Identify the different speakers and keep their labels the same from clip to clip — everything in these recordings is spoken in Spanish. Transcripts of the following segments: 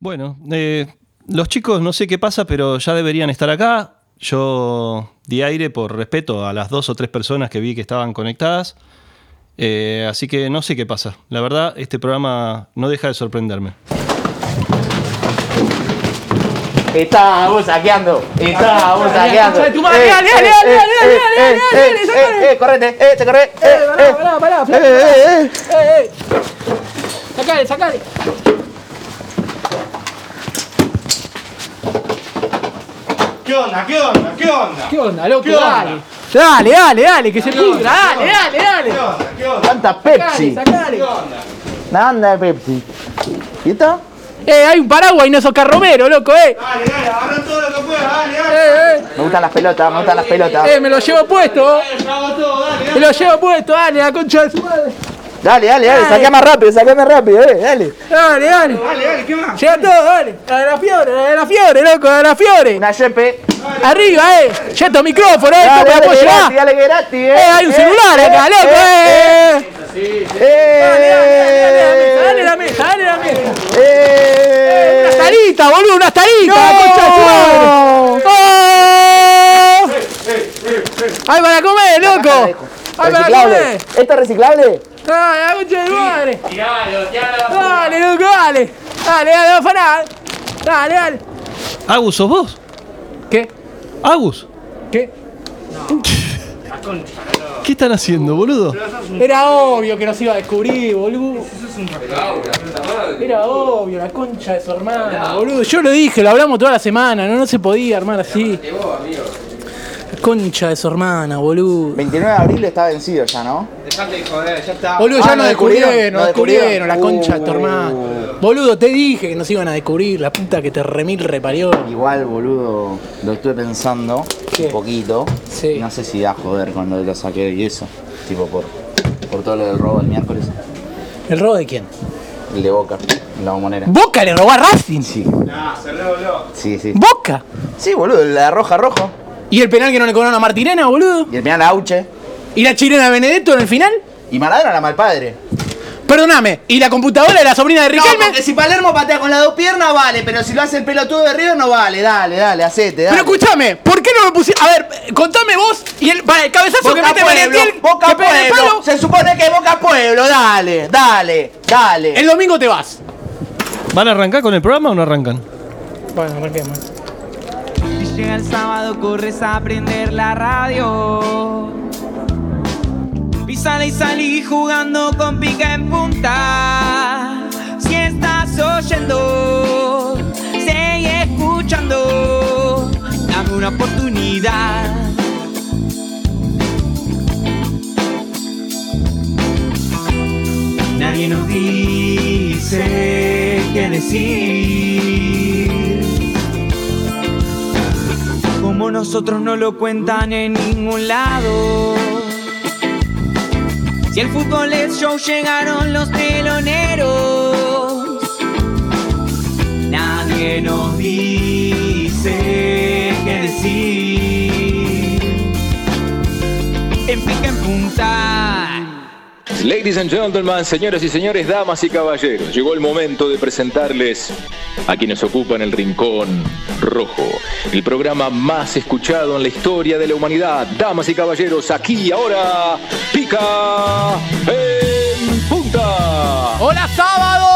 Speaker 1: Bueno, eh, los chicos no sé qué pasa, pero ya deberían estar acá. Yo di aire por respeto a las dos o tres personas que vi que estaban conectadas. Eh, así que no sé qué pasa. La verdad, este programa no deja de sorprenderme.
Speaker 2: Estábamos saqueando, estábamos saqueando.
Speaker 3: de tu madre! ¡Dale, dale, dale, dale, dale, dale, dale, sacale!
Speaker 2: correte, eh, te corre, eh,
Speaker 3: pará,
Speaker 2: eh,
Speaker 3: pará, pará,
Speaker 2: eh, eh, eh.
Speaker 3: ¡Ey, ey! ¡Sacale, sacale!
Speaker 4: ¿Qué onda? ¿Qué onda? ¿Qué onda?
Speaker 3: ¿Qué onda, loco?
Speaker 4: ¿Qué onda?
Speaker 3: Dale. Dale, dale, dale, que se pudra. Dale, dale, dale.
Speaker 4: ¿Qué onda? ¿Qué onda?
Speaker 2: Tanta
Speaker 3: Sacale,
Speaker 2: Pepsi,
Speaker 3: sacale.
Speaker 4: ¿Qué onda?
Speaker 2: nada de Pepsi. ¿Y esta?
Speaker 3: Eh, hay un paraguas y no sos carromero, loco, eh.
Speaker 4: Dale, dale, agarra todo lo que pueda, dale, dale.
Speaker 3: Eh,
Speaker 2: Me gustan las pelotas, me gustan las
Speaker 3: eh, eh,
Speaker 2: pelotas.
Speaker 3: me lo llevo puesto.
Speaker 4: Dale, yo hago todo, dale,
Speaker 3: Me
Speaker 4: dale.
Speaker 3: lo llevo puesto, dale, la concha de su madre.
Speaker 2: Dale, dale, dale, saca más rápido, saca más rápido, eh, dale.
Speaker 3: Dale, dale.
Speaker 4: Dale, dale, ¿qué más?
Speaker 3: Llega todo, dale. La de la fiebre, la de la fiebre, loco, la de la fiebre.
Speaker 2: Una yepe.
Speaker 3: Arriba, eh. Ya estos micrófonos, eh.
Speaker 2: Dale,
Speaker 3: ¿Cómo la
Speaker 2: dale,
Speaker 3: puedo
Speaker 2: que
Speaker 3: llevar?
Speaker 2: gratis, dale, que gratis, eh.
Speaker 3: Eh, hay un celular acá, loco, eh. Dale la mesa, dale la mesa. Una tarita, boludo, una tarita, la concha de su madre. ¡Oh! ¡Ay, para comer, loco! ¡Ay, para
Speaker 2: Reciclable.
Speaker 3: comer!
Speaker 2: ¿Esto es reciclable?
Speaker 3: ¡Ay, la concha de su madre! ¡Dale, loco, dale! ¡Dale, dale, no afaná! ¡Dale, dale!
Speaker 1: Agus, ¿sos vos?
Speaker 3: ¿Qué?
Speaker 1: Agus,
Speaker 3: ¿Qué?
Speaker 1: ¿qué están haciendo, boludo?
Speaker 3: Era obvio que nos iba a descubrir, boludo. Era obvio, la concha de su hermana, boludo. Yo lo dije, lo hablamos toda la semana, no, no se podía armar así. La concha de su hermana, boludo.
Speaker 2: 29 de abril está vencido ya, ¿no?
Speaker 4: Dejate de joder, ya está.
Speaker 3: Boludo, ya
Speaker 2: Ah,
Speaker 3: nos
Speaker 2: ¿nos
Speaker 3: descubrieron,
Speaker 2: descubrieron?
Speaker 3: nos
Speaker 2: ¿Nos
Speaker 3: descubrieron, la
Speaker 2: descubrieron?
Speaker 3: concha de tu hermana.
Speaker 2: Uh.
Speaker 3: Boludo, te dije que nos iban a descubrir, la puta que te remil reparió.
Speaker 2: Igual, boludo, lo estuve pensando
Speaker 3: ¿Qué?
Speaker 2: un poquito.
Speaker 3: Sí.
Speaker 2: No sé si da a joder con lo de los saqueos y eso. Tipo por, por todo lo del robo el miércoles.
Speaker 3: ¿El robo de quién?
Speaker 2: El de Boca, en la bombonera.
Speaker 3: ¡Boca le robó a Racing!
Speaker 2: Sí,
Speaker 4: Nah, cerré, boludo.
Speaker 2: sí, sí.
Speaker 3: ¡Boca!
Speaker 2: Sí, boludo, la roja rojo.
Speaker 3: ¿Y el penal que no le cobraron a Martirena, boludo?
Speaker 2: Y el final Auche.
Speaker 3: ¿Y la chilena de Benedetto en el final?
Speaker 2: Y Maradona la mal padre.
Speaker 3: Perdóname, ¿y la computadora de la sobrina de Riquelme?
Speaker 2: si Palermo patea con las dos piernas vale, pero si lo hace el pelotudo de River no vale. Dale, dale, hacete,
Speaker 3: Pero escúchame, ¿por qué no lo pusiste? A ver, contame vos y el, para el cabezazo que
Speaker 2: Boca
Speaker 3: mete
Speaker 2: Pueblo,
Speaker 3: Valentín. que
Speaker 2: Boca
Speaker 3: pega en el
Speaker 2: Pueblo.
Speaker 3: palo,
Speaker 2: Se supone que es Boca Pueblo, dale, dale, dale.
Speaker 3: el domingo te vas.
Speaker 1: ¿Van a arrancar con el programa o no arrancan?
Speaker 3: Bueno, arranquemos.
Speaker 5: Llega el sábado, corres a prender la radio. Pisala y salí jugando con pica en punta. Si estás oyendo, sigue escuchando. Dame una oportunidad. Nadie nos dice qué decir. Como nosotros no lo cuentan en ningún lado. Si el fútbol es show, llegaron los teloneros. Nadie nos dice qué decir. En pica en punta.
Speaker 6: Ladies and gentlemen, señoras y señores, damas y caballeros, llegó el momento de presentarles a quienes ocupan el rincón rojo, el programa más escuchado en la historia de la humanidad. Damas y caballeros, aquí y ahora, pica en punta.
Speaker 3: ¡Hola sábado!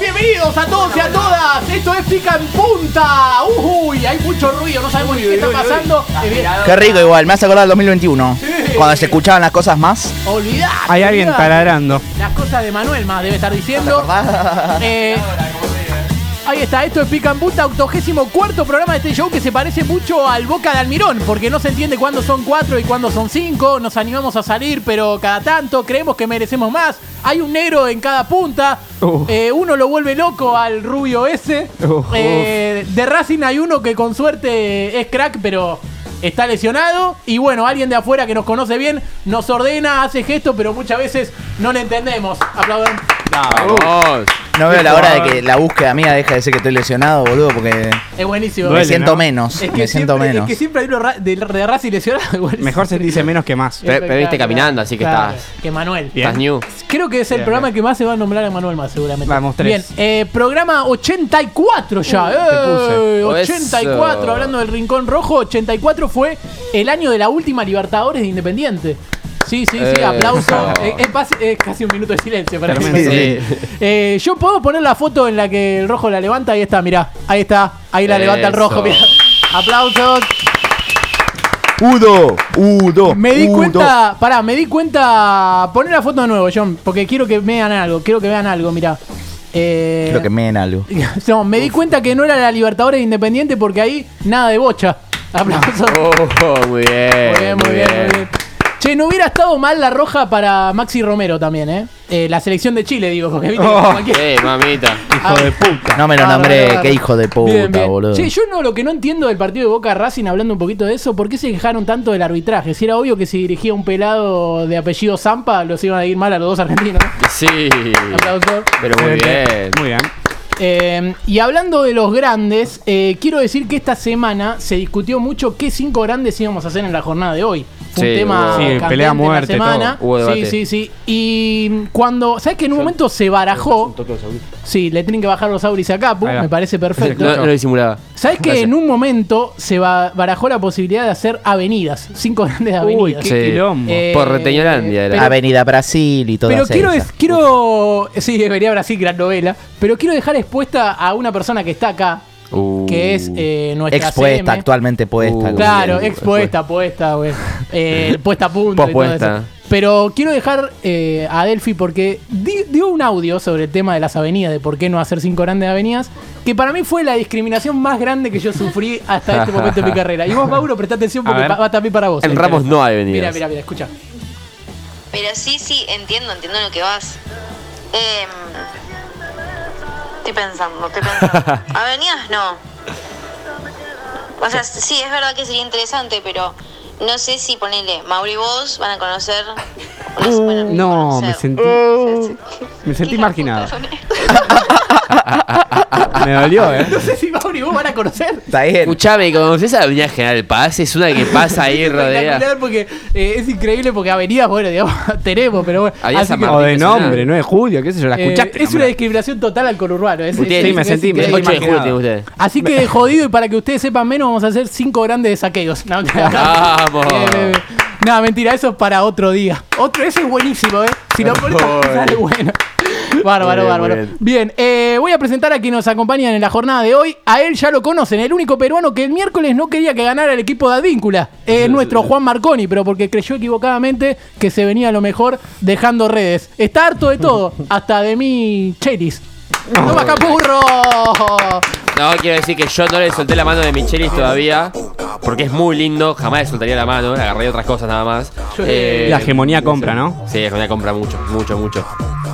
Speaker 3: Bienvenidos a todos y a todas. Esto es Pica en Punta. Uy, hay mucho ruido, no sabemos ni qué está pasando. Eh,
Speaker 2: Qué rico igual, me hace acordar del 2021. Cuando se escuchaban las cosas más.
Speaker 3: Olvidá.
Speaker 7: Hay alguien taladrando.
Speaker 3: Las cosas de Manuel más debe estar diciendo. Eh, ahí está, esto es Pica en Punta, octogésimo cuarto programa de este show que se parece mucho al Boca de Almirón, porque no se entiende cuándo son cuatro y cuándo son cinco. Nos animamos a salir, pero cada tanto creemos que merecemos más. Hay un negro en cada punta.
Speaker 7: Uh.
Speaker 3: Eh, uno lo vuelve loco al rubio ese.
Speaker 7: Uh.
Speaker 3: Eh, de Racing hay uno que con suerte es crack, pero está lesionado. Y bueno, alguien de afuera que nos conoce bien nos ordena, hace gestos, pero muchas veces no le entendemos. Aplaudan.
Speaker 8: Vamos.
Speaker 9: No veo la hora de que la búsqueda mía deje de decir que estoy lesionado, boludo, porque
Speaker 7: Es buenísimo.
Speaker 9: me
Speaker 8: Duele,
Speaker 9: siento
Speaker 8: ¿no?
Speaker 9: menos.
Speaker 7: Es que
Speaker 9: me siento
Speaker 7: siempre-
Speaker 9: menos.
Speaker 7: Es que siempre hay uno ra- de, de Racing lesionado. igual.
Speaker 5: Mejor se dice menos que más.
Speaker 8: Pe- pero viste caminando, así que
Speaker 7: Claro,
Speaker 8: estás-
Speaker 7: Que Manuel.
Speaker 5: Bien.
Speaker 8: Estás new.
Speaker 7: Creo que es el
Speaker 5: Bien,
Speaker 7: programa que más se va a nombrar a Manuel más, seguramente.
Speaker 5: Vamos, tres.
Speaker 7: Bien, eh, programa 84 ya.
Speaker 5: te
Speaker 7: ¡Eh!
Speaker 8: puse.
Speaker 7: 84,
Speaker 8: Eso.
Speaker 7: hablando del Rincón Rojo, 84 fue el año de la última Libertadores de Independiente. Sí, sí, sí,
Speaker 8: Eso.
Speaker 7: aplauso. Eh, es, pas- es casi un minuto de silencio para
Speaker 5: Tremendo.
Speaker 7: mí.
Speaker 8: Sí.
Speaker 7: Eh, Yo puedo poner la foto en la que el rojo la levanta. Ahí está, mirá. Ahí está. Ahí la levanta el
Speaker 8: Eso.
Speaker 7: rojo, mirá. Aplausos.
Speaker 9: Udo, Udo.
Speaker 7: Me di
Speaker 9: Udo.
Speaker 7: cuenta, pará, me di cuenta. Poner la foto de nuevo, John, porque quiero que vean algo, quiero que vean algo, mirá. Eh,
Speaker 9: Creo que me den algo.
Speaker 7: No, me di cuenta que no era la Libertadores de Independiente porque ahí nada de bocha. Aplausos.
Speaker 8: Oh, muy bien.
Speaker 7: Muy bien, muy bien, muy bien. Che, no hubiera estado mal la roja para Maxi Romero también, ¿eh? Eh, la selección de Chile, digo, porque viste que cualquier-
Speaker 8: Eh, mamita.
Speaker 7: Ah,
Speaker 9: No me lo
Speaker 7: Ah,
Speaker 9: nombré,
Speaker 7: bárbaro.
Speaker 9: qué hijo de puta,
Speaker 7: Bien, bien.
Speaker 9: boludo.
Speaker 7: Che, yo no, lo que no entiendo del partido de Boca Racing, hablando un poquito de eso, ¿por qué se quejaron tanto del arbitraje? Si era obvio que si dirigía un pelado de apellido Zampa, los iban a ir mal a los dos argentinos.
Speaker 8: Sí.
Speaker 7: Aplauso.
Speaker 8: Pero muy bien.
Speaker 5: Muy bien.
Speaker 7: Eh, y hablando de los grandes, eh, quiero decir que esta semana se discutió mucho qué cinco grandes íbamos a hacer en la jornada de hoy. Fue un
Speaker 8: Sí,
Speaker 7: tema
Speaker 8: hubo- Sí,
Speaker 7: candente
Speaker 5: pelea
Speaker 7: en la
Speaker 5: muerte,
Speaker 7: semana.
Speaker 8: todo. Hubo
Speaker 7: sí,
Speaker 8: debate.
Speaker 7: sí, sí. Y mm, cuando, ¿sabes que en un momento se barajó? Sí, le tienen que bajar los auris a Capu,
Speaker 5: Ahí va.
Speaker 7: me parece perfecto.
Speaker 8: No, no lo disimulaba.
Speaker 7: ¿Sabes que en un momento se ba- barajó la posibilidad de hacer avenidas? Cinco grandes avenidas.
Speaker 5: Uy, qué
Speaker 8: Sí.
Speaker 5: quilombo.
Speaker 7: Eh,
Speaker 8: Por Reteñolandia era.
Speaker 9: Avenida Brasil y todo
Speaker 7: Pero quiero, es- quiero. Sí, debería Brasil, gran novela. Pero quiero dejar expuesta a una persona que está acá,
Speaker 8: Uh.
Speaker 7: que es eh, nuestra.
Speaker 9: Expuesta,
Speaker 7: CM.
Speaker 9: actualmente puesta.
Speaker 8: Uh,
Speaker 7: Claro,
Speaker 8: Bien,
Speaker 7: expuesta, puesta, güey. Eh, puesta a punto. y todo eso.
Speaker 8: Pospuesta.
Speaker 7: Pero quiero dejar eh, a Delphi porque di- dio un audio sobre el tema de las avenidas, de por qué no hacer cinco grandes avenidas, que para mí fue la discriminación más grande que yo sufrí hasta este momento de mi carrera. Y vos, Mauro, presta atención porque
Speaker 5: A ver.
Speaker 7: pa- va también para vos.
Speaker 8: En Ramos no hay venidas.
Speaker 7: Mira, mira, mira, escucha.
Speaker 10: Pero sí, sí, entiendo, entiendo lo que vas. Em, estoy pensando, estoy pensando. Avenidas no. O sea, sí, es verdad que sería interesante, pero no sé si ponele Mauro y vos van a conocer. No, sé, bueno,
Speaker 5: Uh, No, me
Speaker 10: conocer.
Speaker 5: sentí. Me sentí
Speaker 10: Hija
Speaker 5: marginado.
Speaker 10: puta, soné.
Speaker 5: Me dolió, eh.
Speaker 7: No sé si Mauro y vos van a conocer.
Speaker 9: Está bien.
Speaker 8: Escuchame, ¿conoces a la Avenida General Paz? Es una que pasa ahí rodea.
Speaker 7: Espectacular porque eh, es increíble porque avenidas, bueno, digamos, tenemos, pero bueno.
Speaker 8: Había
Speaker 7: Así
Speaker 8: San
Speaker 7: que,
Speaker 5: O
Speaker 8: Martín.
Speaker 5: de nombre, no de Julio, qué sé yo, la
Speaker 7: eh,
Speaker 5: escuchaste.
Speaker 7: es una
Speaker 5: nombrar.
Speaker 7: discriminación total al conurbano. Es,
Speaker 8: Ustedes-
Speaker 7: es-
Speaker 5: Sí, me
Speaker 7: es
Speaker 5: sentí, me
Speaker 7: increíble.
Speaker 5: sentí
Speaker 8: 8 de julio
Speaker 5: imaginado.
Speaker 8: tiene ustedes.
Speaker 7: Así que jodido y para que ustedes sepan menos vamos a hacer cinco grandes saqueos. No, mentira.
Speaker 8: Vamos.
Speaker 7: Bien, bien, bien. No, mentira, eso es para otro día. Otro, eso es buenísimo, ¿eh? Si lo pones a pensar, es bueno. Bárbaro,
Speaker 8: Muy bien,
Speaker 7: bárbaro.
Speaker 8: muy
Speaker 7: Bien,
Speaker 8: bien.
Speaker 7: eh, voy a presentar a quien nos acompañan en la jornada de hoy. A él ya lo conocen, el único peruano que el miércoles no quería que ganara el equipo de Advíncula. Es nuestro Juan Marconi, pero porque creyó equivocadamente que se venía lo mejor dejando redes. Está harto de todo, hasta de mí, Chelis. ¡Toma Capurro!
Speaker 8: No, quiero decir que yo no le solté la mano de Michelis todavía. Porque es muy lindo, jamás le soltaría la mano. Le agarré otras cosas nada más. Eh,
Speaker 5: La hegemonía compra, ¿no?
Speaker 8: Sí, es una compra mucho, mucho, mucho.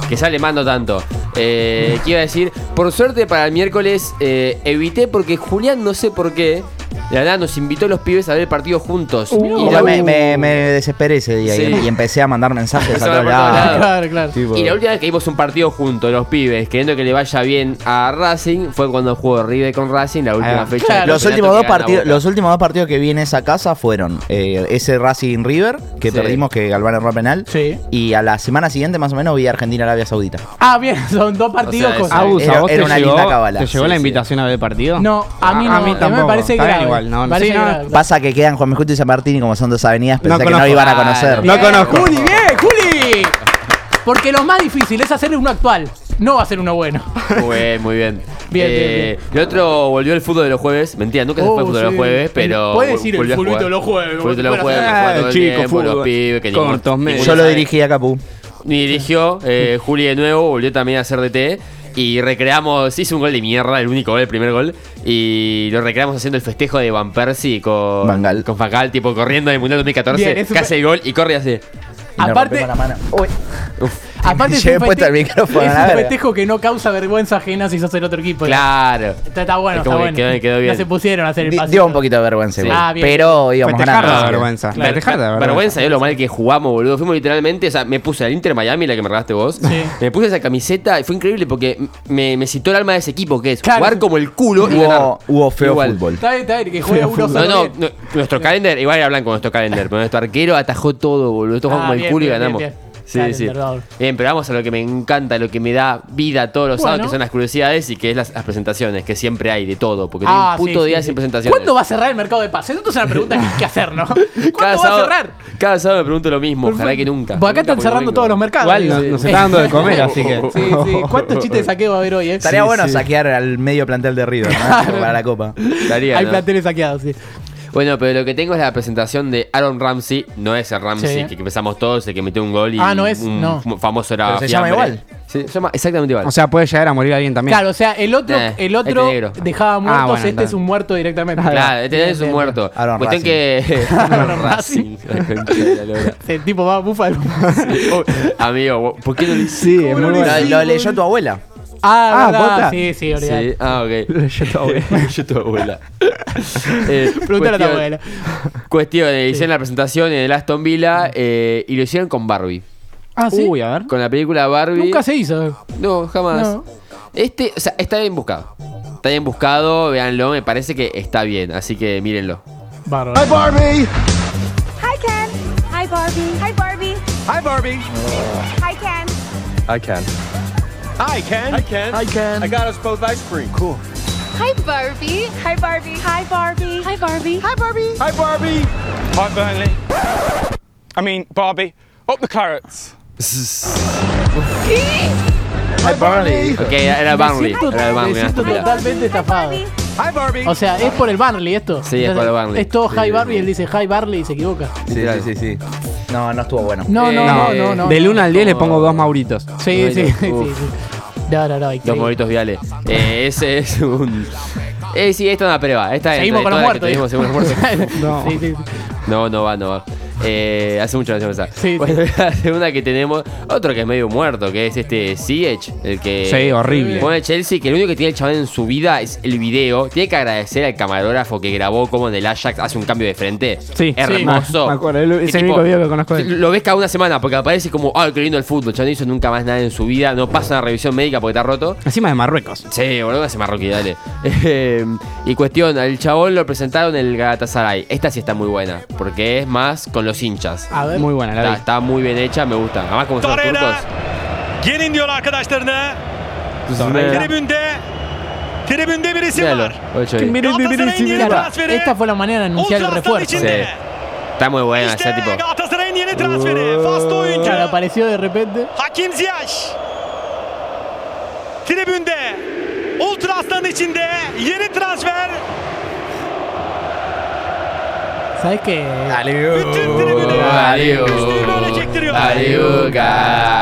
Speaker 8: Que sale mando tanto. Eh, ¿Qué iba a decir? Por suerte para el miércoles eh, evité porque Julián, no sé por qué, de la nada nos invitó a los pibes a ver el partido juntos.
Speaker 7: Uh,
Speaker 8: y,
Speaker 9: Porque
Speaker 8: la,
Speaker 9: me, me- me desesperé ese día
Speaker 8: Sí.
Speaker 9: y, y empecé a mandar mensajes a
Speaker 8: Empezaba
Speaker 9: todos
Speaker 8: por todos
Speaker 9: lados.
Speaker 8: lados.
Speaker 7: Claro, claro.
Speaker 8: y la última vez que vimos un partido juntos, los pibes, queriendo que le vaya bien a Racing, fue cuando jugó River con Racing, la última
Speaker 5: Ah,
Speaker 8: fecha.
Speaker 7: claro.
Speaker 8: del
Speaker 9: Los
Speaker 8: campeonato
Speaker 9: últimos,
Speaker 8: que
Speaker 9: dos
Speaker 8: gana
Speaker 9: partidos,
Speaker 8: Boca.
Speaker 9: los últimos dos partidos que vi en esa casa fueron eh, ese Racing River, que
Speaker 8: Sí.
Speaker 9: perdimos, que Galván erró penal.
Speaker 7: Sí.
Speaker 9: Y a la semana siguiente, más o menos, vi Argentina-Arabia Saudita.
Speaker 7: Ah, bien, son dos partidos
Speaker 8: O sea,
Speaker 7: con- Ah,
Speaker 8: es- Ah,
Speaker 5: Agus,
Speaker 9: Era-
Speaker 5: ¿a vos
Speaker 9: era
Speaker 5: te
Speaker 9: una
Speaker 5: llegó,
Speaker 9: linda cábala.
Speaker 5: ¿Te llegó
Speaker 9: Sí,
Speaker 5: la
Speaker 9: sí.
Speaker 5: invitación a ver el partido?
Speaker 7: No, a mí no.
Speaker 5: A mí tampoco.
Speaker 7: Me parece
Speaker 5: Está bien
Speaker 7: grave.
Speaker 5: igual, no, no
Speaker 7: Parece
Speaker 5: sé, no.
Speaker 7: grave.
Speaker 9: Pasa que quedan Juan Justo y San Martín y como son dos avenidas, pensé que no
Speaker 5: conozco.
Speaker 9: iban a
Speaker 8: Ah,
Speaker 9: conocer.
Speaker 5: No
Speaker 7: Bien,
Speaker 5: conozco.
Speaker 7: Juli, bien, Juli. Porque lo más difícil es hacer uno actual, no hacer uno bueno.
Speaker 8: Muy bien, muy bien.
Speaker 7: Bien,
Speaker 8: Eh, El otro volvió el fútbol de los jueves. Mentira, nunca se fue
Speaker 7: Oh,
Speaker 8: el fútbol de
Speaker 7: sí.
Speaker 8: los jueves, pero.
Speaker 7: Puede decir el
Speaker 8: volvió a
Speaker 7: fulbito
Speaker 8: jugar.
Speaker 7: de los jueves, como
Speaker 8: Fulbito de los
Speaker 7: si fuera-
Speaker 8: jueves,
Speaker 5: Ah,
Speaker 8: que juega todo el
Speaker 5: chico,
Speaker 8: tiempo, los
Speaker 5: fútbol.
Speaker 8: pibes, que ninguno-
Speaker 5: Cortos medios.
Speaker 8: ninguno
Speaker 9: Yo lo
Speaker 8: sabe.
Speaker 9: dirigí a Capú.
Speaker 8: Ni dirigió, eh, Juli de nuevo, volvió también a hacer DT. Y recreamos, hizo un gol de mierda, el único gol, el primer gol. Y lo recreamos haciendo el festejo de Van Persie con
Speaker 9: Van Gaal.
Speaker 8: con Van Gaal, tipo corriendo en el Mundial 2014,
Speaker 7: Bien, es un-
Speaker 8: que hace el gol y corre así.
Speaker 9: Y me
Speaker 7: Aparte-
Speaker 9: rompí con la mano.
Speaker 8: Uf,
Speaker 7: Aparte es
Speaker 2: Llevé
Speaker 7: un,
Speaker 2: puesto el micrófono,
Speaker 7: es
Speaker 2: la
Speaker 7: un
Speaker 2: verga.
Speaker 7: festejo que no causa vergüenza ajena si sos el otro equipo.
Speaker 8: Claro.
Speaker 7: Está, está bueno,
Speaker 8: Es
Speaker 7: está
Speaker 8: como que
Speaker 7: bueno.
Speaker 8: quedó- quedó bien.
Speaker 7: No se pusieron a hacer el
Speaker 2: Di-
Speaker 7: pasito.
Speaker 2: Dio un poquito de vergüenza,
Speaker 8: Sí.
Speaker 2: igual.
Speaker 7: Ah, bien.
Speaker 2: pero íbamos
Speaker 5: Festejar
Speaker 2: ganando.
Speaker 5: la
Speaker 2: así que-
Speaker 5: vergüenza.
Speaker 7: Claro.
Speaker 5: Festejar la vergüenza.
Speaker 8: Vergüenza, yo lo mal que jugamos, boludo. Fuimos literalmente, o sea, me puse al Inter Miami, la que me regalaste vos. Me puse esa camiseta y fue increíble porque me, me citó el alma de ese equipo, que es
Speaker 7: Claro.
Speaker 8: jugar como el culo y ganar.
Speaker 2: Hubo, hubo feo
Speaker 8: Igual.
Speaker 2: fútbol.
Speaker 7: Está bien, está bien, que juegue uno
Speaker 8: No,
Speaker 7: solo.
Speaker 8: no,
Speaker 7: bien.
Speaker 8: no, nuestro calendar, igual era blanco nuestro calendar, pero nuestro arquero atajó todo, boludo. Esto
Speaker 7: Ah,
Speaker 8: jugamos como el
Speaker 7: bien,
Speaker 8: culo y
Speaker 7: bien,
Speaker 8: ganamos.
Speaker 7: bien, bien.
Speaker 8: Sí,
Speaker 7: Calendar,
Speaker 8: sí.
Speaker 7: bárbaro.
Speaker 8: Bien, pero vamos a lo que me encanta, lo que me da vida todos los sábados,
Speaker 7: Bueno.
Speaker 8: que son las curiosidades y que es las, las presentaciones, que siempre hay de todo, porque
Speaker 7: Ah,
Speaker 8: tiene un puto
Speaker 7: sí,
Speaker 8: día
Speaker 7: sí, sí.
Speaker 8: sin presentaciones.
Speaker 7: ¿Cuándo va a cerrar el mercado de pases? Entonces es una pregunta que hay que hacer, ¿no?
Speaker 8: Cada
Speaker 7: ¿Cuándo va a
Speaker 8: sábado-
Speaker 7: cerrar?
Speaker 8: Cada sábado me pregunto lo mismo, ojalá que nunca.
Speaker 7: Por acá
Speaker 8: Nunca,
Speaker 7: están
Speaker 8: porque no
Speaker 7: cerrando
Speaker 8: vengo.
Speaker 7: todos los mercados.
Speaker 5: Igual nos,
Speaker 7: Sí.
Speaker 5: nos está dando de comer, así que.
Speaker 7: Sí, sí. ¿Cuántos chistes de saqueo va a haber hoy, eh?
Speaker 2: Estaría
Speaker 5: Sí,
Speaker 2: bueno
Speaker 5: sí.
Speaker 2: saquear al medio plantel de River ¿no? para la copa.
Speaker 8: Estaría,
Speaker 7: Hay
Speaker 8: ¿no?
Speaker 7: planteles saqueados, sí.
Speaker 8: Bueno, pero lo que tengo es la presentación de Aaron Ramsey. No es el Ramsey
Speaker 7: Sí.
Speaker 8: que pensamos todos, el que metió un gol y
Speaker 7: Ah, no es,
Speaker 8: un
Speaker 7: no.
Speaker 8: f- famoso era.
Speaker 2: Pero se llama
Speaker 8: fiambre.
Speaker 2: igual.
Speaker 8: Se llama exactamente igual.
Speaker 5: O sea, puede llegar a morir alguien también.
Speaker 7: Claro, o sea, el otro,
Speaker 8: Eh,
Speaker 7: el
Speaker 8: este
Speaker 7: otro
Speaker 8: negro.
Speaker 7: dejaba muertos,
Speaker 5: bueno,
Speaker 7: este
Speaker 5: entonces.
Speaker 7: es un muerto directamente.
Speaker 8: claro, este
Speaker 7: Bien,
Speaker 8: es un
Speaker 7: bien,
Speaker 8: muerto.
Speaker 2: Aaron
Speaker 8: Cuestión
Speaker 2: Racing.
Speaker 8: que.
Speaker 7: Aaron Racing.
Speaker 8: La concha de la lora.
Speaker 7: bien. Ese tipo va a bufar.
Speaker 8: Oh, Amigo, ¿por qué no le
Speaker 5: Sí, es muy bueno.
Speaker 2: Lo, lo leyó tu abuela.
Speaker 7: Ah,
Speaker 5: Ah,
Speaker 7: verdad.
Speaker 5: ¿posta?
Speaker 7: Sí, sí, olvidate.
Speaker 8: Sí, ah, ok.
Speaker 5: Yo te voy.
Speaker 8: Yo tu abuela. Eh,
Speaker 7: Pregúntale a tu
Speaker 8: cuestión-
Speaker 7: abuela.
Speaker 8: Cuestión, eh, hicieron la presentación en el Aston Villa eh, y lo hicieron con Barbie.
Speaker 7: Ah, sí.
Speaker 5: Uy, a ver.
Speaker 8: Con la película Barbie.
Speaker 7: Nunca se hizo.
Speaker 8: No, jamás.
Speaker 7: No.
Speaker 8: Este, o sea, está bien buscado. Está bien buscado, véanlo, me parece que está bien, así que mírenlo.
Speaker 7: Bárbaro.
Speaker 11: Hi, Ken. Hi, Barbie. Hi, Barbie.
Speaker 4: Hi Barbie.
Speaker 11: Hi, Ken.
Speaker 4: Hi Ken. Hi Ken. Hi Ken. I got us both ice cream. Cool.
Speaker 11: Hi, Barbie. Hi, Barbie. Hi, Barbie. Hi, Barbie. Hi, Barbie.
Speaker 4: Hi Barbie. Hi Burnley. I mean Barbie. Up the carrots.
Speaker 2: Ay, Burnley.
Speaker 8: Ok, era Barney. Era el ¿eh? Barney.
Speaker 7: me siento
Speaker 8: mira.
Speaker 7: totalmente estafado.
Speaker 4: Hi Barbie.
Speaker 7: O sea, es por el Barley esto.
Speaker 8: Sí, es por el Barley.
Speaker 7: Es todo
Speaker 8: Sí,
Speaker 7: Hi
Speaker 8: sí,
Speaker 7: Barley
Speaker 8: sí.
Speaker 7: y él dice Hi Barley y se equivoca.
Speaker 2: Sí, sí, sí, sí. No, no estuvo bueno.
Speaker 7: No, no,
Speaker 8: Eh,
Speaker 7: no, no, no.
Speaker 5: Del 1 al 10 le pongo dos mauritos.
Speaker 7: Sí, sí, sí, sí.
Speaker 8: Uf.
Speaker 7: sí. No, no, no.
Speaker 8: Los
Speaker 7: increíble.
Speaker 8: moritos viales. Eh, ese es un. Eh, sí, esta es una prueba. Esta es
Speaker 7: Seguimos con los
Speaker 8: todas las
Speaker 7: muertos.
Speaker 8: que tuvimos, seguimos con los muertos.
Speaker 5: No.
Speaker 7: Sí, sí, sí.
Speaker 8: No, no va, no va. Eh, hace mucho que no hacemos
Speaker 7: Sí,
Speaker 8: esa.
Speaker 7: sí.
Speaker 8: Bueno, la segunda que tenemos, otro que es medio muerto, que es este Siege, el que.
Speaker 5: Sí, horrible.
Speaker 8: Pone el Chelsea, que el único que tiene el chaval en su vida es el video. Tiene que agradecer al camarógrafo que grabó como en el Ajax hace un cambio de frente.
Speaker 5: Sí.
Speaker 8: hermoso.
Speaker 5: Sí, me acuerdo, él-
Speaker 8: Que
Speaker 5: es el único video que conozco de él.
Speaker 8: Lo ves cada una semana porque aparece como, ah, qué lindo el fútbol. Ya no hizo nunca más nada en su vida, no pasa una revisión médica porque está roto.
Speaker 5: Encima de Marruecos.
Speaker 8: Sí, boludo, ese marroquí, dale. Eh, y cuestión, al chabón lo presentaron en el Galatasaray. Esta sí está muy buena, porque es más con los hinchas.
Speaker 7: A ver.
Speaker 5: Muy buena Ah, la
Speaker 8: Está,
Speaker 5: vi.
Speaker 8: está muy bien hecha, me gusta. Además, como son los turcos.
Speaker 4: Gelin diyor arkadaşlarına.
Speaker 8: Míralo,
Speaker 4: Tribünde. Tribünde birisi var.
Speaker 8: ocho ahí.
Speaker 4: Galatasaray'ın yeni
Speaker 7: Claro,
Speaker 4: transferi.
Speaker 7: esta fue la manera de anunciar el
Speaker 4: Ultras'tan
Speaker 7: refuerzo.
Speaker 8: Sí.
Speaker 4: içinde.
Speaker 8: Está muy buena,
Speaker 4: İşte
Speaker 8: ya tipo. Uh.
Speaker 4: Galatasaray'ın yeni transferi. Faslı oyuncu.
Speaker 7: Claro, apareció de repente.
Speaker 4: Hakim Ziyech. Tribünde. Ultras'tan içinde yeni transfer.
Speaker 7: ¿Sabes qué?
Speaker 4: Bütün tribüne.
Speaker 8: Aliu,
Speaker 4: Üstünü böyle çektiriyor.
Speaker 8: Aliuca,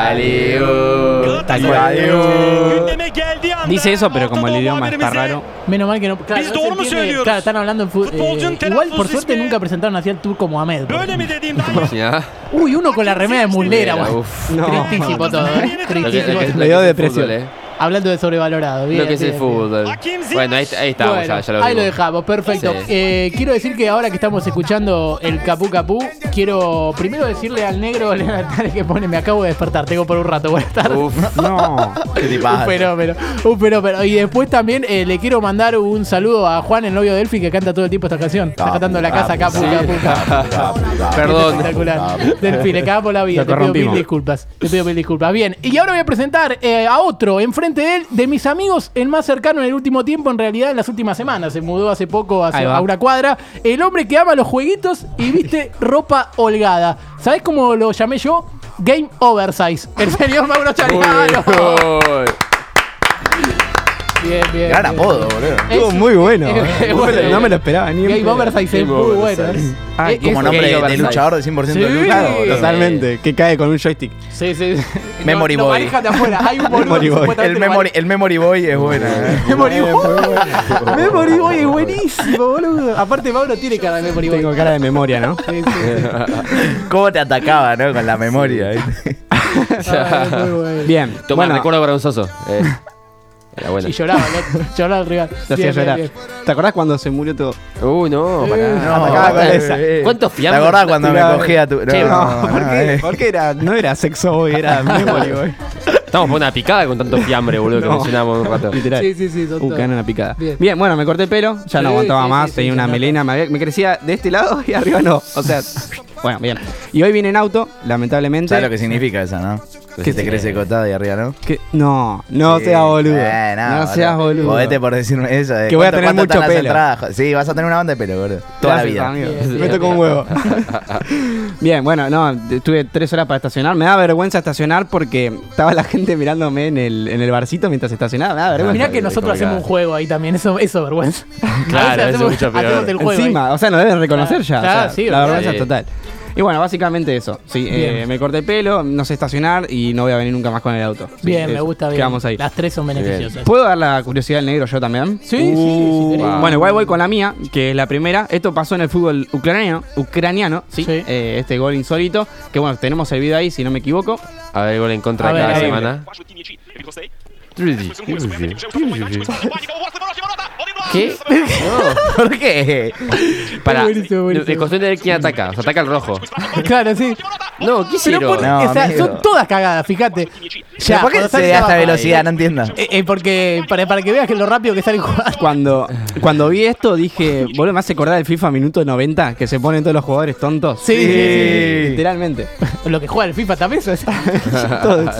Speaker 8: Aliu.
Speaker 4: Galatasaray'ın gündeme geldiği anda
Speaker 5: Dice eso, pero como el
Speaker 4: Orta Doğu
Speaker 5: idioma está
Speaker 4: haberimizi
Speaker 5: raro.
Speaker 7: Menos mal que no. Claro,
Speaker 4: Biz
Speaker 7: no
Speaker 4: doğru
Speaker 7: se
Speaker 4: mu
Speaker 7: entiende.
Speaker 4: söylüyoruz?
Speaker 7: Claro, están hablando en fútbol.
Speaker 4: Futbolcunun
Speaker 7: igual, por
Speaker 4: telaffuz
Speaker 7: suerte,
Speaker 4: ismi-
Speaker 7: nunca presentaron así al turco Mohamed.
Speaker 4: Böyle mi dediğimden yeni-
Speaker 7: Uy, uno con la remera de muslera,
Speaker 8: Mira,
Speaker 7: güey.
Speaker 8: uf.
Speaker 7: Tristísimo todo, eh.
Speaker 8: Lo que- lo
Speaker 7: Tristísimo.
Speaker 8: que- lo
Speaker 5: Le
Speaker 8: que
Speaker 5: dio
Speaker 8: es el
Speaker 5: depresión.
Speaker 8: fútbol, eh.
Speaker 7: Hablando de sobrevalorado. Bien,
Speaker 8: Lo que es el
Speaker 7: bien, bien.
Speaker 8: fútbol.
Speaker 4: Hakim Ziyech.
Speaker 8: Bueno, ahí, ahí estamos,
Speaker 7: Bueno,
Speaker 8: ya, ya lo
Speaker 7: ahí lo
Speaker 8: vimos.
Speaker 7: dejamos, perfecto.
Speaker 8: Sí.
Speaker 7: Eh, quiero decir que ahora que estamos escuchando el Capu Capu, quiero primero decirle al negro Leonard Tare que pone, me acabo de despertar, tengo por un rato, buenas tardes.
Speaker 8: Uf.
Speaker 5: No.
Speaker 2: Qué
Speaker 7: Un
Speaker 2: tipazo.
Speaker 7: fenómeno, un fenómeno. Y después también eh, le quiero mandar un saludo a Juan, el novio de Elfi, que canta todo el tiempo esta canción. Está
Speaker 2: Capu,
Speaker 7: cantando la casa Capu,
Speaker 2: Capu,
Speaker 7: Capu, Capu.
Speaker 8: Perdón.
Speaker 7: Espectacular. Delfi, le cagamos la
Speaker 5: Lo
Speaker 7: vida. Te pido mil
Speaker 5: corrompimos.
Speaker 7: disculpas. Te pido mil disculpas. Bien, y ahora voy a presentar eh, a otro, enfrente de él, de mis amigos, el más cercano en el último tiempo, en realidad en las últimas semanas. Se mudó hace poco a,
Speaker 5: Ahí va.
Speaker 7: a una cuadra. El hombre que ama los jueguitos y viste ropa holgada. ¿Sabés cómo lo llamé yo? Game Oversize. El señor Mauro Chariano.
Speaker 8: Uy.
Speaker 7: Bien, bien.
Speaker 2: Gran
Speaker 3: eh,
Speaker 7: bien.
Speaker 2: apodo, boludo.
Speaker 5: Estuvo
Speaker 7: Es-
Speaker 5: muy bueno. ¿eh?
Speaker 7: es-
Speaker 5: No me lo esperaba ni en
Speaker 7: Game
Speaker 5: pedo.
Speaker 7: Oversize es
Speaker 8: Game
Speaker 7: muy
Speaker 8: Oversize.
Speaker 7: bueno. ¿eh?
Speaker 5: Ah,
Speaker 7: Eh,
Speaker 2: Como
Speaker 7: es-
Speaker 2: nombre de- de
Speaker 8: Oversize.
Speaker 2: luchador de 100% de
Speaker 7: Sí.
Speaker 2: lucha. boludo.
Speaker 5: Totalmente. Que cae con un joystick.
Speaker 7: Sí, sí.
Speaker 2: Memory
Speaker 7: no, no,
Speaker 2: Boy.
Speaker 7: manejate afuera. Hay un boludo
Speaker 5: Memory
Speaker 7: que
Speaker 5: Boy.
Speaker 7: supuestamente
Speaker 2: El
Speaker 7: lo
Speaker 2: memory, el memory Boy es bueno. eh.
Speaker 7: Memory Boy. Memory Boy es buenísimo, boludo. Aparte, Mauro tiene cara de Memory Boy.
Speaker 5: Tengo cara de memoria, ¿no?
Speaker 7: Sí, sí, sí.
Speaker 2: ¿Cómo te atacaba, no? Con la memoria. ¿viste?
Speaker 3: eh.
Speaker 8: Bien. Toma
Speaker 3: Bueno.
Speaker 8: recuerdo vergonzoso. Eh, era bueno.
Speaker 7: Y lloraba, el otro, lloraba el rival.
Speaker 3: Lo hacía
Speaker 7: Bien, bien,
Speaker 3: llorar.
Speaker 7: bien.
Speaker 3: ¿Te acordás cuando se murió todo?
Speaker 8: Uh, no,
Speaker 3: pará.
Speaker 2: No, acá con esa.
Speaker 8: ¿Cuántos
Speaker 2: ¿Te acordás cuando me cogía tu.?
Speaker 3: Che, no, ¿por
Speaker 2: no,
Speaker 3: qué?
Speaker 2: eh.
Speaker 3: ¿Por qué era? No era sexo hoy, era memory boy.
Speaker 8: Estamos por una picada con tanto fiambre, boludo, que
Speaker 3: No.
Speaker 8: mencionábamos un rato.
Speaker 3: Literal.
Speaker 7: Sí, sí, sí, son
Speaker 3: Uh,
Speaker 7: todos.
Speaker 3: caen en la picada.
Speaker 7: Bien.
Speaker 3: Bien. bueno, me corté el pelo, ya no
Speaker 7: Sí,
Speaker 3: aguantaba
Speaker 7: sí,
Speaker 3: más,
Speaker 7: sí,
Speaker 3: tenía
Speaker 7: sí,
Speaker 3: una
Speaker 7: se
Speaker 3: melena, me, había- me crecía de este lado y arriba no. O sea, bueno, bien. Y hoy vine en auto, lamentablemente.
Speaker 2: ¿Sabes lo que significa esa, no? Que te crece cotado y arriba, ¿no?
Speaker 3: Que- no, no
Speaker 2: Sí.
Speaker 3: seas boludo.
Speaker 2: Eh,
Speaker 3: no, seas boludo.
Speaker 2: Jodete por decirme eso. eh.
Speaker 3: Que voy a
Speaker 2: ¿Cuánto-
Speaker 3: tener
Speaker 2: cuánto
Speaker 3: mucho
Speaker 2: están las
Speaker 3: pelo.
Speaker 2: entradas? Jo- Sí, vas a tener una banda de pelo, boludo. Toda la
Speaker 3: Gracias,
Speaker 2: vida.
Speaker 3: amigo.
Speaker 7: Bien,
Speaker 3: Me
Speaker 7: bien,
Speaker 3: toca un huevo. Bien, bueno, no, estuve tres horas para estacionar. Me da vergüenza estacionar porque estaba la gente mirándome en el, en el barcito mientras estacionaba. Me da vergüenza.
Speaker 7: Mirá que nosotros hacemos un juego ahí también, eso es vergüenza.
Speaker 8: Claro,
Speaker 7: A veces
Speaker 8: eso es
Speaker 7: hacemos,
Speaker 8: mucho peor.
Speaker 7: hacemos el juego. ahí.
Speaker 3: Encima, o sea, nos deben reconocer ya. o
Speaker 7: Claro,
Speaker 3: sea,
Speaker 7: sí,
Speaker 3: la
Speaker 7: olvidate.
Speaker 3: vergüenza es total. Y bueno, básicamente eso. Sí, eh,
Speaker 7: Bien.
Speaker 3: me corté el pelo, no sé estacionar y no voy a venir nunca más con el auto. Sí,
Speaker 7: Bien, me
Speaker 3: eso.
Speaker 7: gusta bien.
Speaker 3: Quedamos ahí.
Speaker 7: Las tres son beneficiosas.
Speaker 3: ¿Puedo Uh, dar la curiosidad al negro yo también?
Speaker 7: Sí, sí, sí, si querés.
Speaker 3: Wow. Bueno, igual voy con la mía, que es la primera. Esto pasó en el fútbol ucraniano, ucraniano ¿sí?
Speaker 7: Sí.
Speaker 3: Eh, este gol insólito. Que bueno, tenemos el video ahí, si no me equivoco.
Speaker 8: A ver, gol en contra
Speaker 7: A ver,
Speaker 8: cada
Speaker 7: ahí.
Speaker 8: semana. ¿Qué?
Speaker 2: ¿Por qué?
Speaker 8: Para,
Speaker 7: buenísimo, buenísimo.
Speaker 8: me costó entender quién ataca. O sea, ataca el rojo.
Speaker 7: Claro, sí.
Speaker 8: No, ¿qué
Speaker 7: Pero
Speaker 8: hicieron?
Speaker 7: pon-
Speaker 2: No,
Speaker 7: o sea,
Speaker 2: amigo.
Speaker 7: son todas cagadas, fíjate.
Speaker 2: Ya, ¿Por qué
Speaker 7: cuando
Speaker 2: se
Speaker 7: sale
Speaker 2: da esta
Speaker 7: abajo,
Speaker 2: velocidad? No entiendo.
Speaker 7: eh, eh, porque para, para que veas que lo rápido que salen jugando.
Speaker 3: Cuando, cuando vi esto dije, boludo, me hace acordar del FIFA minuto 90, que se ponen todos los jugadores tontos.
Speaker 7: Sí, sí, sí,
Speaker 3: Literalmente.
Speaker 7: Lo que juega el FIFA también eso es.
Speaker 3: Todos-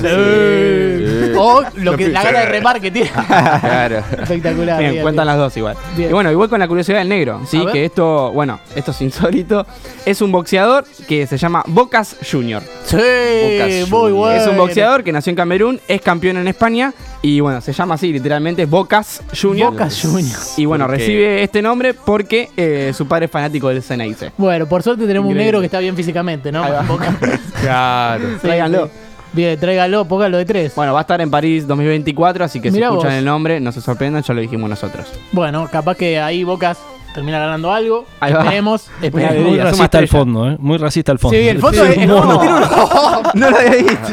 Speaker 7: O lo que, la gana de remar que tiene.
Speaker 8: Claro.
Speaker 7: Espectacular.
Speaker 3: Bien,
Speaker 7: bien,
Speaker 3: cuentan las
Speaker 7: bien.
Speaker 3: dos igual.
Speaker 7: Bien.
Speaker 3: Y bueno, igual con la curiosidad del negro,
Speaker 7: A
Speaker 3: sí,
Speaker 7: ver.
Speaker 3: que esto, bueno, esto es insólito. Es un boxeador que se llama Bocas Junior.
Speaker 7: Sí,
Speaker 8: Boca
Speaker 7: muy
Speaker 8: Juniors.
Speaker 7: bueno.
Speaker 3: Es un boxeador que nació en Camerún, es campeón en España y bueno, se llama así literalmente Bocas Junior.
Speaker 7: Boca Juniors.
Speaker 3: Y bueno,
Speaker 8: ¿Por qué?
Speaker 3: recibe este nombre porque eh, su padre es fanático del Ceneice.
Speaker 7: Bueno, por suerte tenemos un
Speaker 3: Increíble.
Speaker 7: negro que está bien físicamente, ¿no? Boca.
Speaker 8: Claro.
Speaker 7: Sí,
Speaker 3: Tráiganlo.
Speaker 7: sí. Bien, tráigalo, póngalo de tres.
Speaker 3: Bueno, va a estar en París 2024, así que
Speaker 7: Mirá
Speaker 3: si escuchan
Speaker 7: vos.
Speaker 3: el nombre, no se sorprendan, ya lo dijimos nosotros.
Speaker 7: Bueno, capaz que ahí Bocas termina ganando algo.
Speaker 3: Ahí va.
Speaker 7: Esperemos,
Speaker 1: Muy
Speaker 3: alegría,
Speaker 7: esperemos.
Speaker 1: racista
Speaker 3: suma
Speaker 1: el
Speaker 3: estrella.
Speaker 1: fondo, ¿eh? Muy racista el fondo.
Speaker 7: Sí, el fondo, el fondo tiene un-
Speaker 3: no lo había dicho.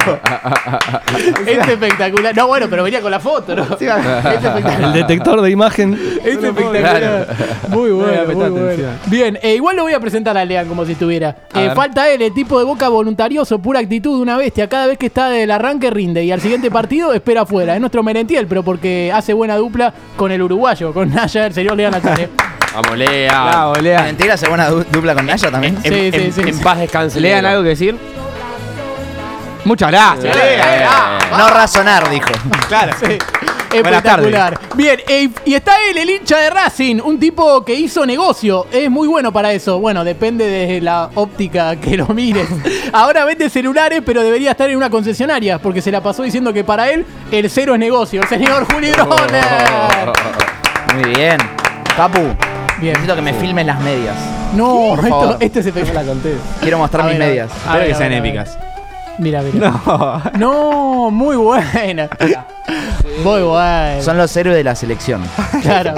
Speaker 7: Es espectacular. No, bueno, pero venía con la foto, ¿no? Este Es
Speaker 1: El
Speaker 7: espectacular.
Speaker 1: detector de imagen.
Speaker 7: Es espectacular. Muy
Speaker 3: No
Speaker 7: bueno,
Speaker 3: le voy
Speaker 7: muy
Speaker 3: a prestar
Speaker 7: bueno.
Speaker 3: atención.
Speaker 7: Bien, eh, igual lo voy a presentar a Lean como si estuviera.
Speaker 3: A
Speaker 7: Eh,
Speaker 3: ver.
Speaker 7: falta él, el tipo de boca voluntarioso, pura actitud, una bestia. Cada vez que está del arranque rinde y al siguiente partido espera afuera. Es nuestro Merentiel, pero porque hace buena dupla con el uruguayo, con Naya, el señor Lean Alcántara.
Speaker 8: Vamos, Lea.
Speaker 3: Bravo, Lean.
Speaker 2: Mentira, se buena du- dupla con Naya también.
Speaker 7: Sí,
Speaker 8: En,
Speaker 7: sí,
Speaker 8: en-
Speaker 7: sí,
Speaker 8: en
Speaker 7: sí.
Speaker 8: paz descanse.
Speaker 3: ¿Lean
Speaker 8: Lea.
Speaker 3: algo que decir? Muchas gracias.
Speaker 8: Eh,
Speaker 2: No razonar, dijo.
Speaker 3: Claro. Buenas
Speaker 7: Espectacular. Bien, eh, y está él, el hincha de Racing, un tipo que hizo negocio. Es muy bueno para eso. Bueno, depende de la óptica que lo mires. Ahora vende celulares, pero debería estar en una concesionaria, porque se la pasó diciendo que para él el cero es negocio. El señor Juli
Speaker 2: Oh.
Speaker 7: Droner.
Speaker 2: Muy bien. Papu,
Speaker 7: Bien.
Speaker 2: necesito que me filmen las medias.
Speaker 7: No,
Speaker 2: Por favor.
Speaker 7: esto, este esto es efecto.
Speaker 2: Quiero mostrar
Speaker 7: A
Speaker 2: mis
Speaker 7: ver, a ver.
Speaker 2: medias.
Speaker 7: A ver, a ver, a ver. Mira, mira.
Speaker 3: No.
Speaker 7: No, muy buena. Muy buena.
Speaker 2: Son los héroes de la selección.
Speaker 7: Claro.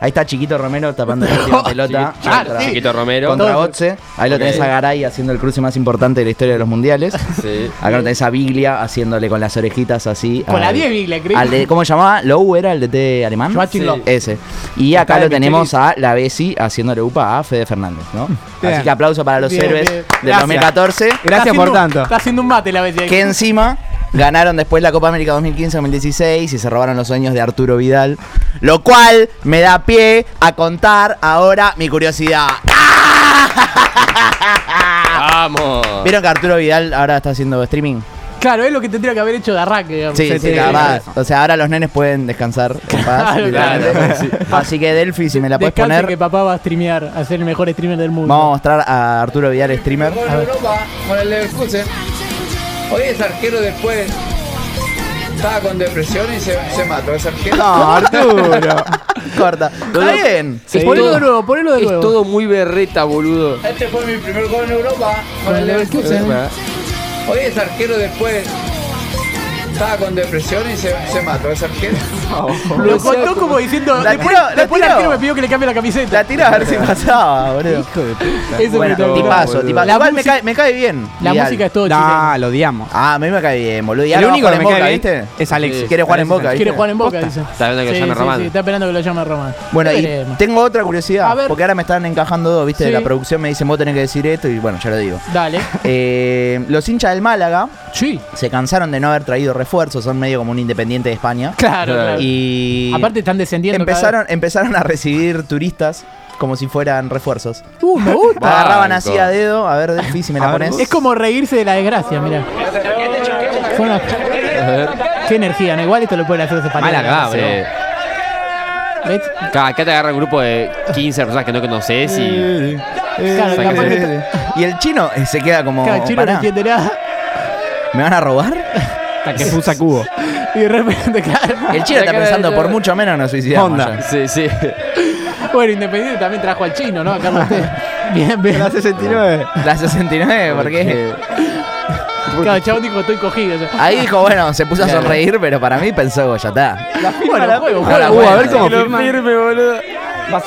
Speaker 2: Ahí está Chiquito Romero tapando la última pelota.
Speaker 7: Claro,
Speaker 2: contra,
Speaker 7: sí.
Speaker 8: Chiquito Romero.
Speaker 2: contra
Speaker 7: Todo.
Speaker 2: Botze. Ahí lo
Speaker 8: Ok.
Speaker 2: tenés a Garay haciendo el cruce más importante de la historia de los mundiales.
Speaker 8: Sí.
Speaker 2: Acá lo tenés a Biglia haciéndole con las orejitas así.
Speaker 7: Con la
Speaker 2: al-
Speaker 7: 10 Biglia, creo.
Speaker 2: al de- ¿Cómo se llamaba? ¿Low era el DT alemán?
Speaker 7: Joachim Sí. Löw.
Speaker 2: Ese. Y acá
Speaker 7: Acá de
Speaker 2: lo tenemos a la Bessi haciéndole upa a Fede Fernández, ¿no?
Speaker 3: Bien.
Speaker 2: Así que aplauso para los
Speaker 7: Bien,
Speaker 2: héroes
Speaker 7: bien.
Speaker 2: del
Speaker 3: Gracias.
Speaker 2: 2014.
Speaker 7: Está
Speaker 3: Gracias por
Speaker 7: haciendo-
Speaker 3: tanto.
Speaker 7: Está haciendo un mate la vez.
Speaker 2: Que encima ganaron después la Copa América 2015-2016 y se robaron los sueños de Arturo Vidal. Lo cual me da pie a contar ahora mi curiosidad.
Speaker 7: Ah.
Speaker 8: Vamos.
Speaker 2: ¿Vieron que Arturo Vidal ahora está haciendo streaming?
Speaker 7: Claro, es lo que tendría que haber hecho de arranque, digamos.
Speaker 2: Sí, sí,
Speaker 3: sí,
Speaker 2: la
Speaker 3: sí,
Speaker 2: verdad. O sea, ahora los nenes pueden descansar en paz.
Speaker 7: Claro,
Speaker 2: literalmente.
Speaker 8: claro,
Speaker 2: Así que Delphi, si me la puedes
Speaker 7: Descanse
Speaker 2: poner,
Speaker 7: que papá va a streamear, a ser el mejor streamer del mundo.
Speaker 2: vamos a mostrar a Arturo Vidal streamer.
Speaker 12: Con Europa, con el Leverkusen. Hoy es arquero después. Estaba con depresión y se, se mató ese arquero.
Speaker 2: No, Arturo. Corta. Está bien.
Speaker 8: Sí. Es
Speaker 7: ponelo
Speaker 8: todo-
Speaker 7: de nuevo, ponelo de
Speaker 8: Es
Speaker 7: nuevo.
Speaker 8: todo muy berreta, boludo.
Speaker 12: Este fue mi primer gol en Europa con el Leverkusen. Hoy es arquero después. Estaba con depresión y se, se mató ese arquero.
Speaker 7: Lo contó como diciendo.
Speaker 12: La
Speaker 7: después
Speaker 12: tiró, la
Speaker 7: después el
Speaker 12: tiró.
Speaker 7: arquero me pidió que le cambie la camiseta.
Speaker 2: La tiró a ver si pasaba, boludo. Hijo
Speaker 3: de
Speaker 2: puta.
Speaker 7: Eso
Speaker 2: bueno,
Speaker 7: me tocó,
Speaker 2: tipazo,
Speaker 7: boludo.
Speaker 2: tipazo.
Speaker 7: La
Speaker 2: Igual me
Speaker 7: música-
Speaker 2: cae, me cae bien.
Speaker 7: La
Speaker 2: Vidal.
Speaker 7: música es todo
Speaker 3: Ah, lo odiamos.
Speaker 2: Ah, a mí me cae bien, boludo. Y
Speaker 3: El
Speaker 2: ahora va a
Speaker 3: único
Speaker 2: jugar
Speaker 3: que
Speaker 2: en
Speaker 3: me
Speaker 2: Boca,
Speaker 3: cae bien
Speaker 2: ¿viste?
Speaker 3: es Alexis.
Speaker 2: Quiere jugar en Boca, ¿viste?
Speaker 7: Quiere jugar en boca, dice.
Speaker 8: Está esperando que lo
Speaker 7: Sí,
Speaker 8: llame
Speaker 7: sí,
Speaker 8: Román.
Speaker 7: sí, está esperando que lo llame Román.
Speaker 2: Bueno, y
Speaker 7: Veremos.
Speaker 2: tengo otra curiosidad,
Speaker 7: A ver.
Speaker 2: porque ahora me están encajando dos, ¿viste?
Speaker 7: Sí.
Speaker 2: La producción me dice, vos tenés que decir esto, y bueno, ya lo digo.
Speaker 7: Dale.
Speaker 2: Eh, los hinchas del Málaga
Speaker 7: sí.
Speaker 2: se cansaron de no haber traído refuerzos, son medio como un independiente de España.
Speaker 7: Claro, claro.
Speaker 2: Y
Speaker 7: Aparte están descendiendo. cada vez.
Speaker 2: empezaron, empezaron a recibir turistas como si fueran refuerzos.
Speaker 7: Uh, me gusta.
Speaker 2: Agarraban así a dedo, a ver, Delphi, si me la pones.
Speaker 7: Es como reírse de la desgracia, mirá. Fue una- Qué energía, ¿no? Igual esto lo pueden hacer los españoles.
Speaker 8: Málaga,
Speaker 7: Sí.
Speaker 8: boludo.
Speaker 7: ¿Ves?
Speaker 8: Acá, acá te agarra un grupo de 15 personas que no conoces y.
Speaker 7: Claro,
Speaker 8: Saca-
Speaker 7: capaz que-
Speaker 2: Y el chino eh, se queda como.
Speaker 7: Claro, el chino no
Speaker 2: "Pará,
Speaker 7: entiende nada.
Speaker 2: ¿Me van a robar?
Speaker 3: Hasta que pusa cubo.
Speaker 7: Y de repente, claro.
Speaker 2: El chino está pensando, por mucho menos nos suicidamos.
Speaker 3: Honda.
Speaker 2: ya".
Speaker 8: Sí, sí.
Speaker 7: Bueno, Independiente también trajo al chino, ¿no? A Carlos T. Bien, bien.
Speaker 3: La 69.
Speaker 2: La 69, porque.
Speaker 7: Claro, el chabón dijo, estoy cogido. ya.
Speaker 3: Ah,
Speaker 2: Ahí dijo, bueno, se puso a sonreír, pero para mí pensó, ya está.
Speaker 7: Bueno, juego,
Speaker 2: Ahora,
Speaker 7: juego.
Speaker 2: bueno,
Speaker 3: a ver cómo
Speaker 2: que lo
Speaker 3: firma.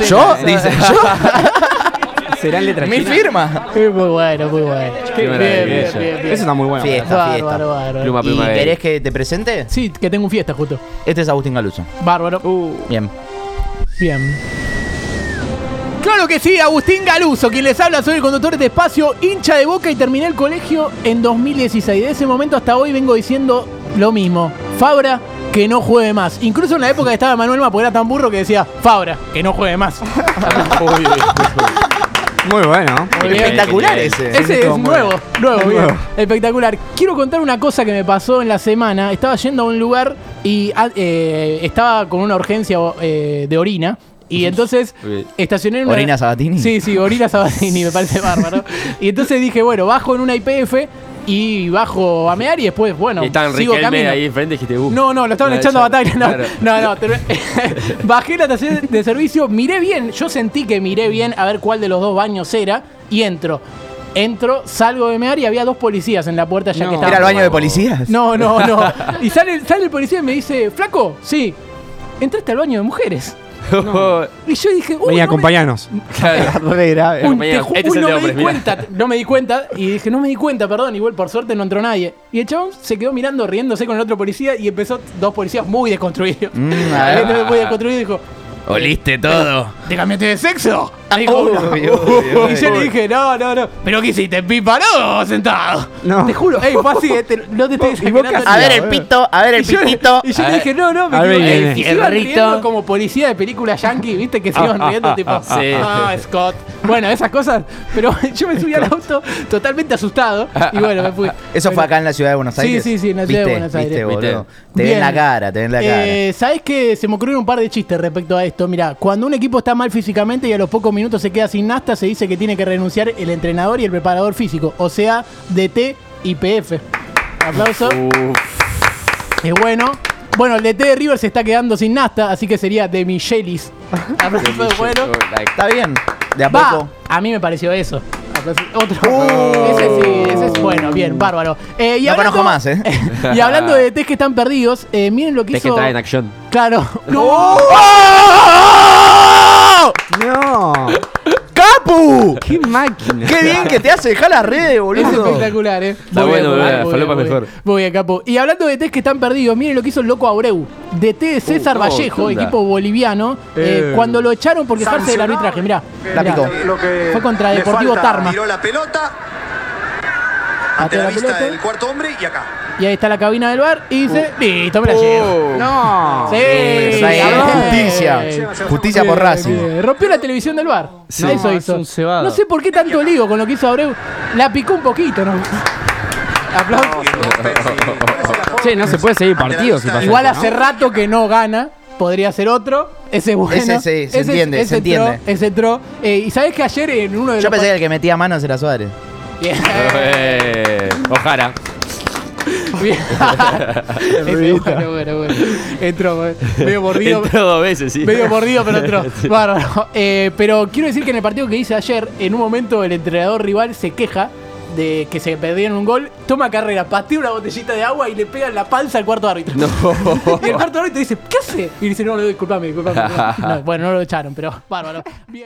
Speaker 2: ¿Yo? Dice, ¿yo?
Speaker 3: Será en letra
Speaker 2: ¿Mi
Speaker 3: china?
Speaker 2: firma?
Speaker 7: Eh, Muy bueno, muy bueno.
Speaker 8: Qué maravilla.
Speaker 3: Eso está muy bueno.
Speaker 2: Fiesta,
Speaker 7: Bárbaro,
Speaker 2: fiesta.
Speaker 7: bárbaro.
Speaker 8: Pluma,
Speaker 2: ¿Y
Speaker 8: pluma,
Speaker 2: querés que te presente?
Speaker 7: Sí, que tengo un fiesta justo.
Speaker 2: Este es Agustín Galuso.
Speaker 7: Bárbaro.
Speaker 3: Uh.
Speaker 2: Bien.
Speaker 7: Bien. Claro que sí, Agustín Galuso, quien les habla, soy el conductor de este espacio, hincha de boca y terminé el colegio en 2016. De ese momento hasta hoy vengo diciendo lo mismo. Fabra, que no juegue más. Incluso en la época que estaba Manuel Mapo era tan burro que decía, Fabra, que no juegue más.
Speaker 3: Muy bueno.
Speaker 7: Muy bien.
Speaker 2: Espectacular ese.
Speaker 7: Ese es
Speaker 3: Cinco, muy
Speaker 7: nuevo, nuevo,
Speaker 3: Es
Speaker 7: bien.
Speaker 3: nuevo.
Speaker 7: espectacular. Quiero contar una cosa que me pasó en la semana. Estaba yendo a un lugar y ah, eh, estaba con una urgencia eh, de orina. Y entonces
Speaker 8: Ok.
Speaker 7: estacioné en una.
Speaker 2: ¿Orina Sabatini?
Speaker 7: Sí, sí, orina Sabatini, me parece bárbaro. Y entonces dije, bueno, bajo en una IPF y bajo a mear y después, bueno,
Speaker 8: Y estaban
Speaker 7: sigo
Speaker 8: Riquelme
Speaker 7: camino.
Speaker 8: ahí enfrente y dijiste, uh,
Speaker 7: No, no, lo estaban
Speaker 8: la
Speaker 7: echando a
Speaker 8: echaron.
Speaker 7: batalla. No, no,
Speaker 8: Claro.
Speaker 7: no. te- Bajé la estación de servicio, miré bien. Yo sentí que miré bien a ver cuál de los dos baños era y entro. Entro, salgo de mear y había dos policías en la puerta ya
Speaker 3: No.
Speaker 7: que estaban.
Speaker 2: ¿Era el baño de policías?
Speaker 7: No, no, no. Y sale, sale el policía y me dice, flaco, sí, entraste al baño de mujeres. Y yo dije, uy,
Speaker 3: Vení,
Speaker 7: no me-
Speaker 3: acompañanos.
Speaker 8: Claro.
Speaker 3: Re grave.
Speaker 7: Uy,
Speaker 8: Compañero,
Speaker 7: te ju-
Speaker 8: este es
Speaker 7: uy,
Speaker 8: el
Speaker 7: no
Speaker 8: de
Speaker 7: me di
Speaker 8: hombres, mira.
Speaker 7: cuenta, no me di cuenta. Y dije, no me di cuenta, perdón. Igual por suerte no entró nadie. Y el chabón se quedó mirando, riéndose con el otro policía. Y empezó dos policías muy desconstruidos.
Speaker 8: Mm,
Speaker 2: a
Speaker 8: ah.
Speaker 2: ver.
Speaker 7: Entonces, muy desconstruidos. Dijo,
Speaker 2: Oliste todo.
Speaker 7: ¿te cambiaste de sexo? Dijo uno. y yo le dije, no, no, no. ¿Pero qué hiciste? ¿Pipa? No, sentado.
Speaker 3: No.
Speaker 7: Te juro, ey, fue así, eh, te- no te estoy exagerando.
Speaker 2: A ver el pito, a ver el
Speaker 7: Y yo,
Speaker 2: pitito.
Speaker 7: y yo
Speaker 8: A
Speaker 7: le
Speaker 8: ver.
Speaker 7: dije, no, no, me
Speaker 3: A ver,
Speaker 7: equivoqué.
Speaker 3: viene.
Speaker 7: Y se iban
Speaker 8: Fierrito.
Speaker 7: riendo como policía de película yankee, viste, que se iban riendo, tipo,
Speaker 8: Sí.
Speaker 7: ah, Scott. Bueno, esas cosas. Pero yo me subí al auto totalmente asustado. Y bueno, me fui.
Speaker 2: Eso
Speaker 7: Pero-
Speaker 2: fue acá en la ciudad de Buenos
Speaker 7: Sí,
Speaker 2: Aires.
Speaker 7: sí, sí, en la ciudad de
Speaker 2: ¿Viste?
Speaker 7: Buenos Aires.
Speaker 2: ¿Viste, boludo?
Speaker 8: Viste.
Speaker 2: Te ven
Speaker 7: Bien.
Speaker 2: la cara, te ven la cara.
Speaker 7: Eh, ¿Sabes que Se me ocurrieron un par de chistes respecto a esto. Mira, cuando un equipo está mal físicamente y a los pocos minutos se queda sin nasta, se dice que tiene que renunciar el entrenador y el preparador físico, o sea, DT y PF. Aplauso. Es bueno. Bueno, el DT de River se está quedando sin nasta, así que sería de Michelis. Aplauso, bueno.
Speaker 2: Está bien. De a
Speaker 7: Va,
Speaker 2: poco.
Speaker 7: a mí me pareció eso. Aplauso. Otro. Ese sí, ese es bueno, bien, bárbaro. Eh, y
Speaker 2: Uh. No conozco más, ¿eh?
Speaker 7: y hablando de DTs que están perdidos, eh, miren lo que
Speaker 8: Es que
Speaker 7: hizo.
Speaker 8: está en acción.
Speaker 7: Claro. ¡No!
Speaker 2: ¡Oh!
Speaker 3: No.
Speaker 2: ¡Capu!
Speaker 3: ¡Qué máquina!
Speaker 2: ¡Qué bien que te hace! ¡Deja las redes,
Speaker 7: Es
Speaker 2: boludo!
Speaker 7: espectacular, eh.
Speaker 8: Está
Speaker 7: Muy
Speaker 8: bueno,
Speaker 7: muy
Speaker 8: boludo,
Speaker 7: muy
Speaker 8: falopa
Speaker 7: muy
Speaker 8: mejor.
Speaker 7: bien. Muy bien, capo. Y hablando de test que están perdidos, miren lo que hizo el loco Abreu. De T de César
Speaker 8: Uh, no,
Speaker 7: Vallejo,
Speaker 8: ¿qué onda?
Speaker 7: equipo boliviano, eh,
Speaker 3: Eh.
Speaker 7: cuando lo echaron por quejarse del arbitraje. Mirá,
Speaker 2: La
Speaker 7: mirá.
Speaker 2: picó.
Speaker 7: Fue contra Deportivo Tarma.
Speaker 13: la pelota
Speaker 7: Ante la pelota.
Speaker 13: cuarto hombre y acá.
Speaker 7: Y ahí está la cabina del bar y dice, listo, me la llevo.
Speaker 3: Uh. No.
Speaker 7: Sí,
Speaker 2: Esa es
Speaker 7: bien.
Speaker 2: justicia. Justicia por
Speaker 7: Bien,
Speaker 2: Racing.
Speaker 7: bien. Eh, Rompió la televisión del bar.
Speaker 3: Sí.
Speaker 7: Eso
Speaker 3: No,
Speaker 7: hizo.
Speaker 3: Ah, es un cebado.
Speaker 7: No sé por qué tanto lío con lo que hizo Abreu. La picó un poquito, ¿no? Aplausos.
Speaker 3: Che, no se puede seguir partidos si pasa
Speaker 7: Igual
Speaker 3: esto,
Speaker 7: hace
Speaker 3: ¿no?
Speaker 7: rato que no gana. Podría ser otro. Ese es bueno.
Speaker 2: Ese, sí, se entiende, se
Speaker 7: entró,
Speaker 2: entiende.
Speaker 7: ese entró. Eh, y sabes que ayer en uno de
Speaker 2: Yo
Speaker 7: los.
Speaker 2: pensé que el que metía manos era Suárez.
Speaker 7: Bien.
Speaker 8: Eh, Ojara.
Speaker 7: Bien. Ese, bueno, bueno, bueno. Entró, bueno. medio mordido.
Speaker 8: Entró dos veces, sí.
Speaker 7: Medio mordido, pero entró. Bárbaro. Eh, pero quiero decir que en el partido que hice ayer, en un momento el entrenador rival se queja de que se perdieron un gol, toma carrera, patea una botellita de agua y le pega en la panza al cuarto árbitro. y el cuarto árbitro dice, ¿qué hace? Y dice, no, no, disculpame, disculpame. No, bueno, no lo echaron, pero bárbaro. Bien.